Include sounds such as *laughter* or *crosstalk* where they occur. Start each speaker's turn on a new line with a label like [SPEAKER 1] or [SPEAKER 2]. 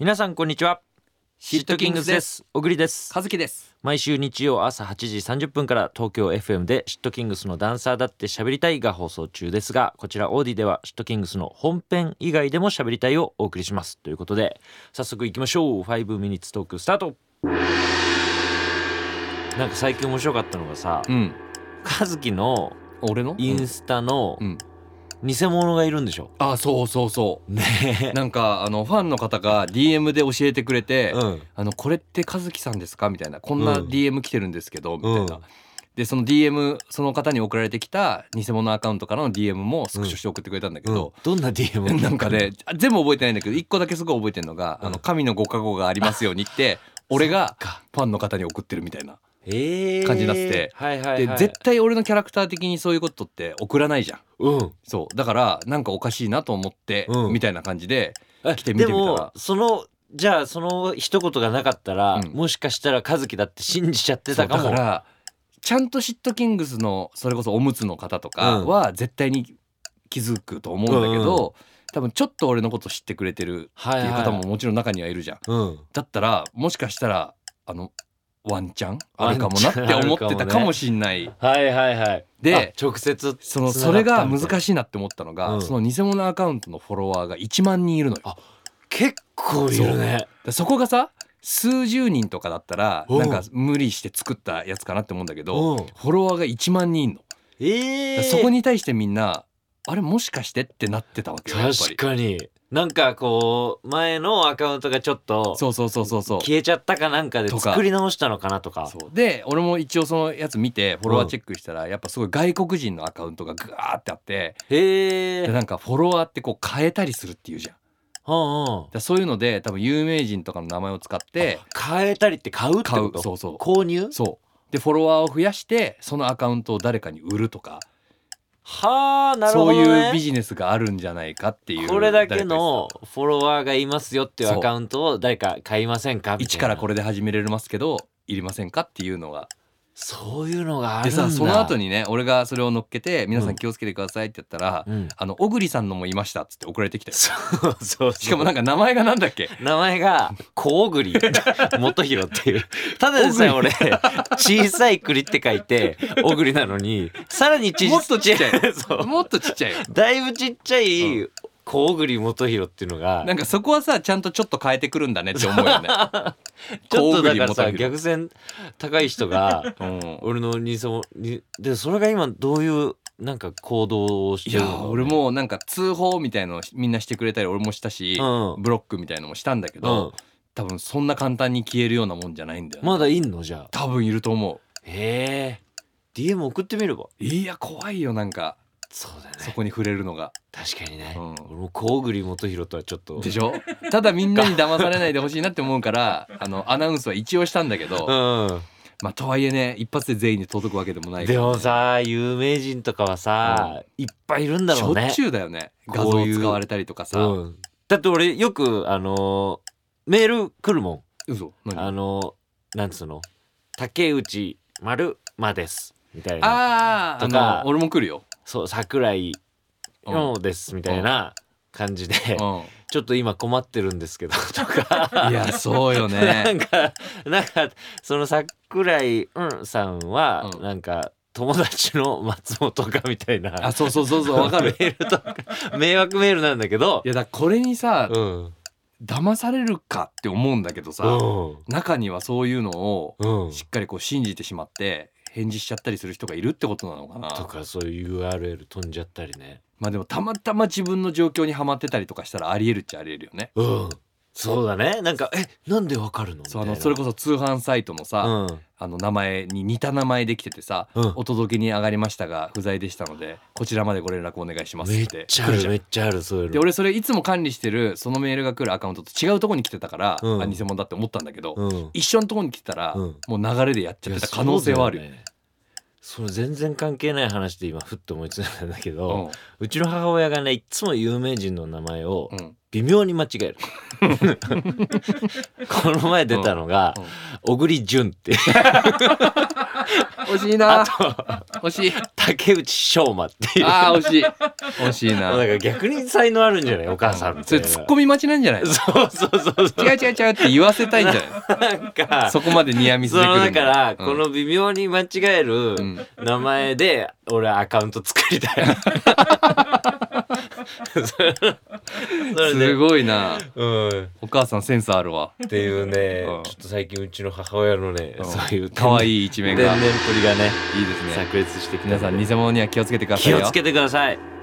[SPEAKER 1] 皆さんこんにちはシットキングスです小栗です
[SPEAKER 2] 和樹です
[SPEAKER 1] 毎週日曜朝8時30分から東京 FM でシットキングスのダンサーだって喋りたいが放送中ですがこちらオーディではシットキングスの本編以外でも喋りたいをお送りしますということで早速いきましょう5ミニッツトークスタートなんか最近面白かったのがさ、
[SPEAKER 2] うん
[SPEAKER 1] 和樹の
[SPEAKER 2] 俺の
[SPEAKER 1] インスタの
[SPEAKER 2] うん
[SPEAKER 1] 偽物がいるんでしょ、
[SPEAKER 2] あそうそうそ
[SPEAKER 1] ね
[SPEAKER 2] うなんかあのファンの方が DM で教えてくれて、
[SPEAKER 1] うん
[SPEAKER 2] あのこれって和樹さんですかみたいなこんな
[SPEAKER 1] うん
[SPEAKER 2] DM 来てるんですけど、みたいな
[SPEAKER 1] うん
[SPEAKER 2] でその DM その方に送られてきた偽物アカウントからの DM もスクショして送ってくれたんだけ
[SPEAKER 1] うん
[SPEAKER 2] ど、、
[SPEAKER 1] どんな DM
[SPEAKER 2] *laughs* なんかねあ全部覚えてないんだけど一個だけすごい覚えてるのが、
[SPEAKER 1] うん
[SPEAKER 2] あの神のご加護がありますようにって俺がファンの方に送ってるみたいな。
[SPEAKER 1] えー
[SPEAKER 2] 感じになってて
[SPEAKER 1] はいはい
[SPEAKER 2] で
[SPEAKER 1] はい、
[SPEAKER 2] 絶対俺のキャラクター的にそういうことって送らないじゃん。
[SPEAKER 1] うん
[SPEAKER 2] そうだからなんかおかしいなと思って、
[SPEAKER 1] うん
[SPEAKER 2] みたいな感じで
[SPEAKER 1] え
[SPEAKER 2] 来て見てみたら
[SPEAKER 1] でもそのじゃあその一言がなかったら、
[SPEAKER 2] うん
[SPEAKER 1] もしかしたら和樹だって信じちゃって
[SPEAKER 2] そ
[SPEAKER 1] た
[SPEAKER 2] う
[SPEAKER 1] か
[SPEAKER 2] だ
[SPEAKER 1] も
[SPEAKER 2] からちゃんとシットキングスのそれこそおむつの方とかは絶対に気づくと思うんだけど、
[SPEAKER 1] うんう
[SPEAKER 2] 多分ちょっと俺のこと知ってくれてる
[SPEAKER 1] は
[SPEAKER 2] っていう方も
[SPEAKER 1] い
[SPEAKER 2] もちろん中にはいるじゃん。
[SPEAKER 1] うん
[SPEAKER 2] だったらもしかしたらあのワンチャンあるかもなって
[SPEAKER 1] ワンチ *laughs* ャンあるかも
[SPEAKER 2] 思
[SPEAKER 1] ね
[SPEAKER 2] ってたかもしんない。
[SPEAKER 1] はいはいはい
[SPEAKER 2] で
[SPEAKER 1] あ直接
[SPEAKER 2] そのそれが
[SPEAKER 1] い
[SPEAKER 2] 難しいなって思ったのが、
[SPEAKER 1] うん
[SPEAKER 2] その偽物アカウントのフォロワーが1万人いるのよ。
[SPEAKER 1] 結構いるね
[SPEAKER 2] でそこがさ数十人とかだったら
[SPEAKER 1] うん
[SPEAKER 2] なんか無理して作ったやつかなって思うんだけ
[SPEAKER 1] う
[SPEAKER 2] ど
[SPEAKER 1] ん
[SPEAKER 2] フォロワーが1万人いんの、
[SPEAKER 1] ええー、
[SPEAKER 2] そこに対してみんなあれもしかしてってなってたわけよやっぱ
[SPEAKER 1] 確
[SPEAKER 2] り
[SPEAKER 1] かになんかこう前のアカウントがちょっと
[SPEAKER 2] そうそうそうそうそう
[SPEAKER 1] 消えちゃったかなんかで
[SPEAKER 2] とか
[SPEAKER 1] 作り直したのかなとか
[SPEAKER 2] そうで俺も一応そのやつ見てフォロワーチェックしたらやっぱすごい外国人のアカウントがグワーってあって
[SPEAKER 1] へえ
[SPEAKER 2] でなんかフォロワーってこう変えたりするっていうじゃんだか
[SPEAKER 1] は
[SPEAKER 2] らそういうので多分有名人とかの名前を使って
[SPEAKER 1] あ、変えたりって買うって
[SPEAKER 2] 買
[SPEAKER 1] こ
[SPEAKER 2] う
[SPEAKER 1] と
[SPEAKER 2] そうそう
[SPEAKER 1] 購入
[SPEAKER 2] そうでフォロワーを増やしてそのアカウントを誰かに売るとか
[SPEAKER 1] はあなるほ
[SPEAKER 2] そ
[SPEAKER 1] ど、
[SPEAKER 2] う
[SPEAKER 1] ね、
[SPEAKER 2] いうビジネスがあるんじゃないかっていう
[SPEAKER 1] これだけのフォロワーがいますよっていうアカウントを誰か買いませんかみたいな
[SPEAKER 2] 一からこれで始めれますけどいりませんかっていうのが
[SPEAKER 1] そういうのがある
[SPEAKER 2] で
[SPEAKER 1] んだ
[SPEAKER 2] さその後
[SPEAKER 1] に、
[SPEAKER 2] にね俺がそれを乗っけて皆さ
[SPEAKER 1] うん
[SPEAKER 2] ん気をつけてくださいって言ったら、
[SPEAKER 1] うん、
[SPEAKER 2] あの小栗さんのもいましたっつって送られてきたよ
[SPEAKER 1] そうそう
[SPEAKER 2] しかもなんか名前がなん
[SPEAKER 1] *laughs*
[SPEAKER 2] だっけ
[SPEAKER 1] 名前が小
[SPEAKER 2] *laughs*
[SPEAKER 1] 栗元弘っていうただでさえ俺小さい栗って書いて小栗なのにさらに小
[SPEAKER 2] もっとちっちゃ
[SPEAKER 1] いそう
[SPEAKER 2] もっとちっちゃいよ
[SPEAKER 1] だいぶちっちゃい小栗元弘っていうのが
[SPEAKER 2] なんかそこはさちゃんとちょっと変えてくるんだねって思うよ
[SPEAKER 1] *laughs*
[SPEAKER 2] ね、
[SPEAKER 1] ちょっとだから
[SPEAKER 2] 小
[SPEAKER 1] さ
[SPEAKER 2] 栗元
[SPEAKER 1] 逆線高い人が
[SPEAKER 2] うん、
[SPEAKER 1] 俺の偽物にでそれが今どういうなんか行動をし
[SPEAKER 2] い
[SPEAKER 1] てる
[SPEAKER 2] や
[SPEAKER 1] の
[SPEAKER 2] ー俺もなんか通報みたいのをみんなしてくれたり俺もしたし、
[SPEAKER 1] うん
[SPEAKER 2] ブロックみたいのもしたんだけ
[SPEAKER 1] う
[SPEAKER 2] ど、
[SPEAKER 1] ん
[SPEAKER 2] 多分そんな簡単に消えるようなもんじゃないんだよね、
[SPEAKER 1] まだいんのじゃあ
[SPEAKER 2] 多分いると思う
[SPEAKER 1] へえ DM 送ってみれば
[SPEAKER 2] いや怖いよなんか
[SPEAKER 1] そうだよ
[SPEAKER 2] そこに触れるのが、
[SPEAKER 1] 確かにね、
[SPEAKER 2] うん
[SPEAKER 1] 俺も小栗元弘とはちょっと
[SPEAKER 2] でしょただみんなに騙されないでほしいなって思うからあのアナウンスは一応したんだけど、
[SPEAKER 1] う
[SPEAKER 2] まあとはいえね一発で全員に届くわけでもなんい
[SPEAKER 1] でもさ有名人とかはさ、いっぱいいるんだ
[SPEAKER 2] し
[SPEAKER 1] ろ
[SPEAKER 2] ょ
[SPEAKER 1] うね
[SPEAKER 2] っちゅうだよね画
[SPEAKER 1] こう
[SPEAKER 2] 像
[SPEAKER 1] いう
[SPEAKER 2] 使われたりとかさ、
[SPEAKER 1] うん、だって俺よくあのーメール来るも
[SPEAKER 2] 嘘
[SPEAKER 1] ん
[SPEAKER 2] 何
[SPEAKER 1] あ
[SPEAKER 2] あ
[SPEAKER 1] のーなんつうの竹内丸まですみたいな
[SPEAKER 2] あー
[SPEAKER 1] とか
[SPEAKER 2] あの俺も来るよ、
[SPEAKER 1] そう桜井
[SPEAKER 2] うん
[SPEAKER 1] ようですみたいな感じで、
[SPEAKER 2] う
[SPEAKER 1] ちょっと今困ってるんですけ
[SPEAKER 2] *laughs*
[SPEAKER 1] どとか
[SPEAKER 2] ん、いやそう
[SPEAKER 1] *laughs*
[SPEAKER 2] よ
[SPEAKER 1] な
[SPEAKER 2] ね
[SPEAKER 1] んかなんかその桜井うんさんは
[SPEAKER 2] うん
[SPEAKER 1] なんか友達の松本かみたいな
[SPEAKER 2] あそうそうそうそうわかる
[SPEAKER 1] メールとか
[SPEAKER 2] *laughs*
[SPEAKER 1] 迷惑メールなんだけど
[SPEAKER 2] いやだからこれにさ
[SPEAKER 1] うん
[SPEAKER 2] 騙されるかって思うんだけどさ、
[SPEAKER 1] うん
[SPEAKER 2] 中にはそういうのを
[SPEAKER 1] うん
[SPEAKER 2] しっかりこう信じてしまって返事しちゃったりする人がいるってことなのかな
[SPEAKER 1] とかそういう URL 飛んじゃったりね
[SPEAKER 2] まあでもたまたま自分の状況にはまってたりとかしたらありえるっちゃありえるよね。
[SPEAKER 1] うんそうだねなんかえなんでわかるのみた
[SPEAKER 2] そ
[SPEAKER 1] い
[SPEAKER 2] うあ
[SPEAKER 1] な
[SPEAKER 2] のそれこそ通販サイトのさ、
[SPEAKER 1] うん
[SPEAKER 2] あの名前に似た名前できててさ、
[SPEAKER 1] うん
[SPEAKER 2] お届けに上がりましたが不在でしたのでこちらまでご連絡お願いします
[SPEAKER 1] め
[SPEAKER 2] っ
[SPEAKER 1] ってちゃあ
[SPEAKER 2] 来
[SPEAKER 1] る
[SPEAKER 2] じ
[SPEAKER 1] め
[SPEAKER 2] ん
[SPEAKER 1] っちゃあるそういう
[SPEAKER 2] で
[SPEAKER 1] の
[SPEAKER 2] 俺それいつも管理してるそのメールが来るアカウントと違うとこに来てたから、
[SPEAKER 1] うん
[SPEAKER 2] あ偽物だって思ったんだけど、
[SPEAKER 1] うん
[SPEAKER 2] 一緒のとこに来てたら、
[SPEAKER 1] うん
[SPEAKER 2] もう流れでやっちゃってた可能性はあるよ
[SPEAKER 1] いやそうだよねそれ全然関係ない話で今ふっと思いついたんだけど、う
[SPEAKER 2] う
[SPEAKER 1] ちの母親がねいっつも有名人の名前を
[SPEAKER 2] んうん
[SPEAKER 1] 微妙に間違え
[SPEAKER 2] *laughs*
[SPEAKER 1] るこの前出たのが
[SPEAKER 2] うんうん
[SPEAKER 1] 小栗旬っていう
[SPEAKER 2] 惜しいな惜しい
[SPEAKER 1] 竹内翔馬っていう
[SPEAKER 2] あー惜しい惜しいな
[SPEAKER 1] なんか逆に才能あるんじゃないお母さんみ
[SPEAKER 2] そ
[SPEAKER 1] たい
[SPEAKER 2] れ
[SPEAKER 1] な
[SPEAKER 2] ツッコミ待ちなんじ
[SPEAKER 1] *laughs*
[SPEAKER 2] ゃない
[SPEAKER 1] そうそうそうそう
[SPEAKER 2] 違う違う違うって言わせたいんじゃな
[SPEAKER 1] なんか
[SPEAKER 2] いそこまでニアミス
[SPEAKER 1] そ
[SPEAKER 2] でく
[SPEAKER 1] の
[SPEAKER 2] る
[SPEAKER 1] だ
[SPEAKER 2] ん
[SPEAKER 1] から、
[SPEAKER 2] うん
[SPEAKER 1] この微妙に間違える
[SPEAKER 2] うん
[SPEAKER 1] 名前で俺アカウント作りた
[SPEAKER 2] *laughs*
[SPEAKER 1] いそれです
[SPEAKER 2] ごいな
[SPEAKER 1] うん
[SPEAKER 2] お母さんセンスあるわ
[SPEAKER 1] っていうね、
[SPEAKER 2] うん
[SPEAKER 1] ちょっと最近うちの母親のね、
[SPEAKER 2] うん
[SPEAKER 1] そういう
[SPEAKER 2] 可愛
[SPEAKER 1] い
[SPEAKER 2] い一面
[SPEAKER 1] 天
[SPEAKER 2] が
[SPEAKER 1] 然
[SPEAKER 2] い
[SPEAKER 1] ぷ
[SPEAKER 2] い
[SPEAKER 1] りがね
[SPEAKER 2] ですね
[SPEAKER 1] 炸裂してきた
[SPEAKER 2] 皆さん
[SPEAKER 1] に
[SPEAKER 2] 偽物には気をつけてください
[SPEAKER 1] 気
[SPEAKER 2] よ
[SPEAKER 1] をつけてください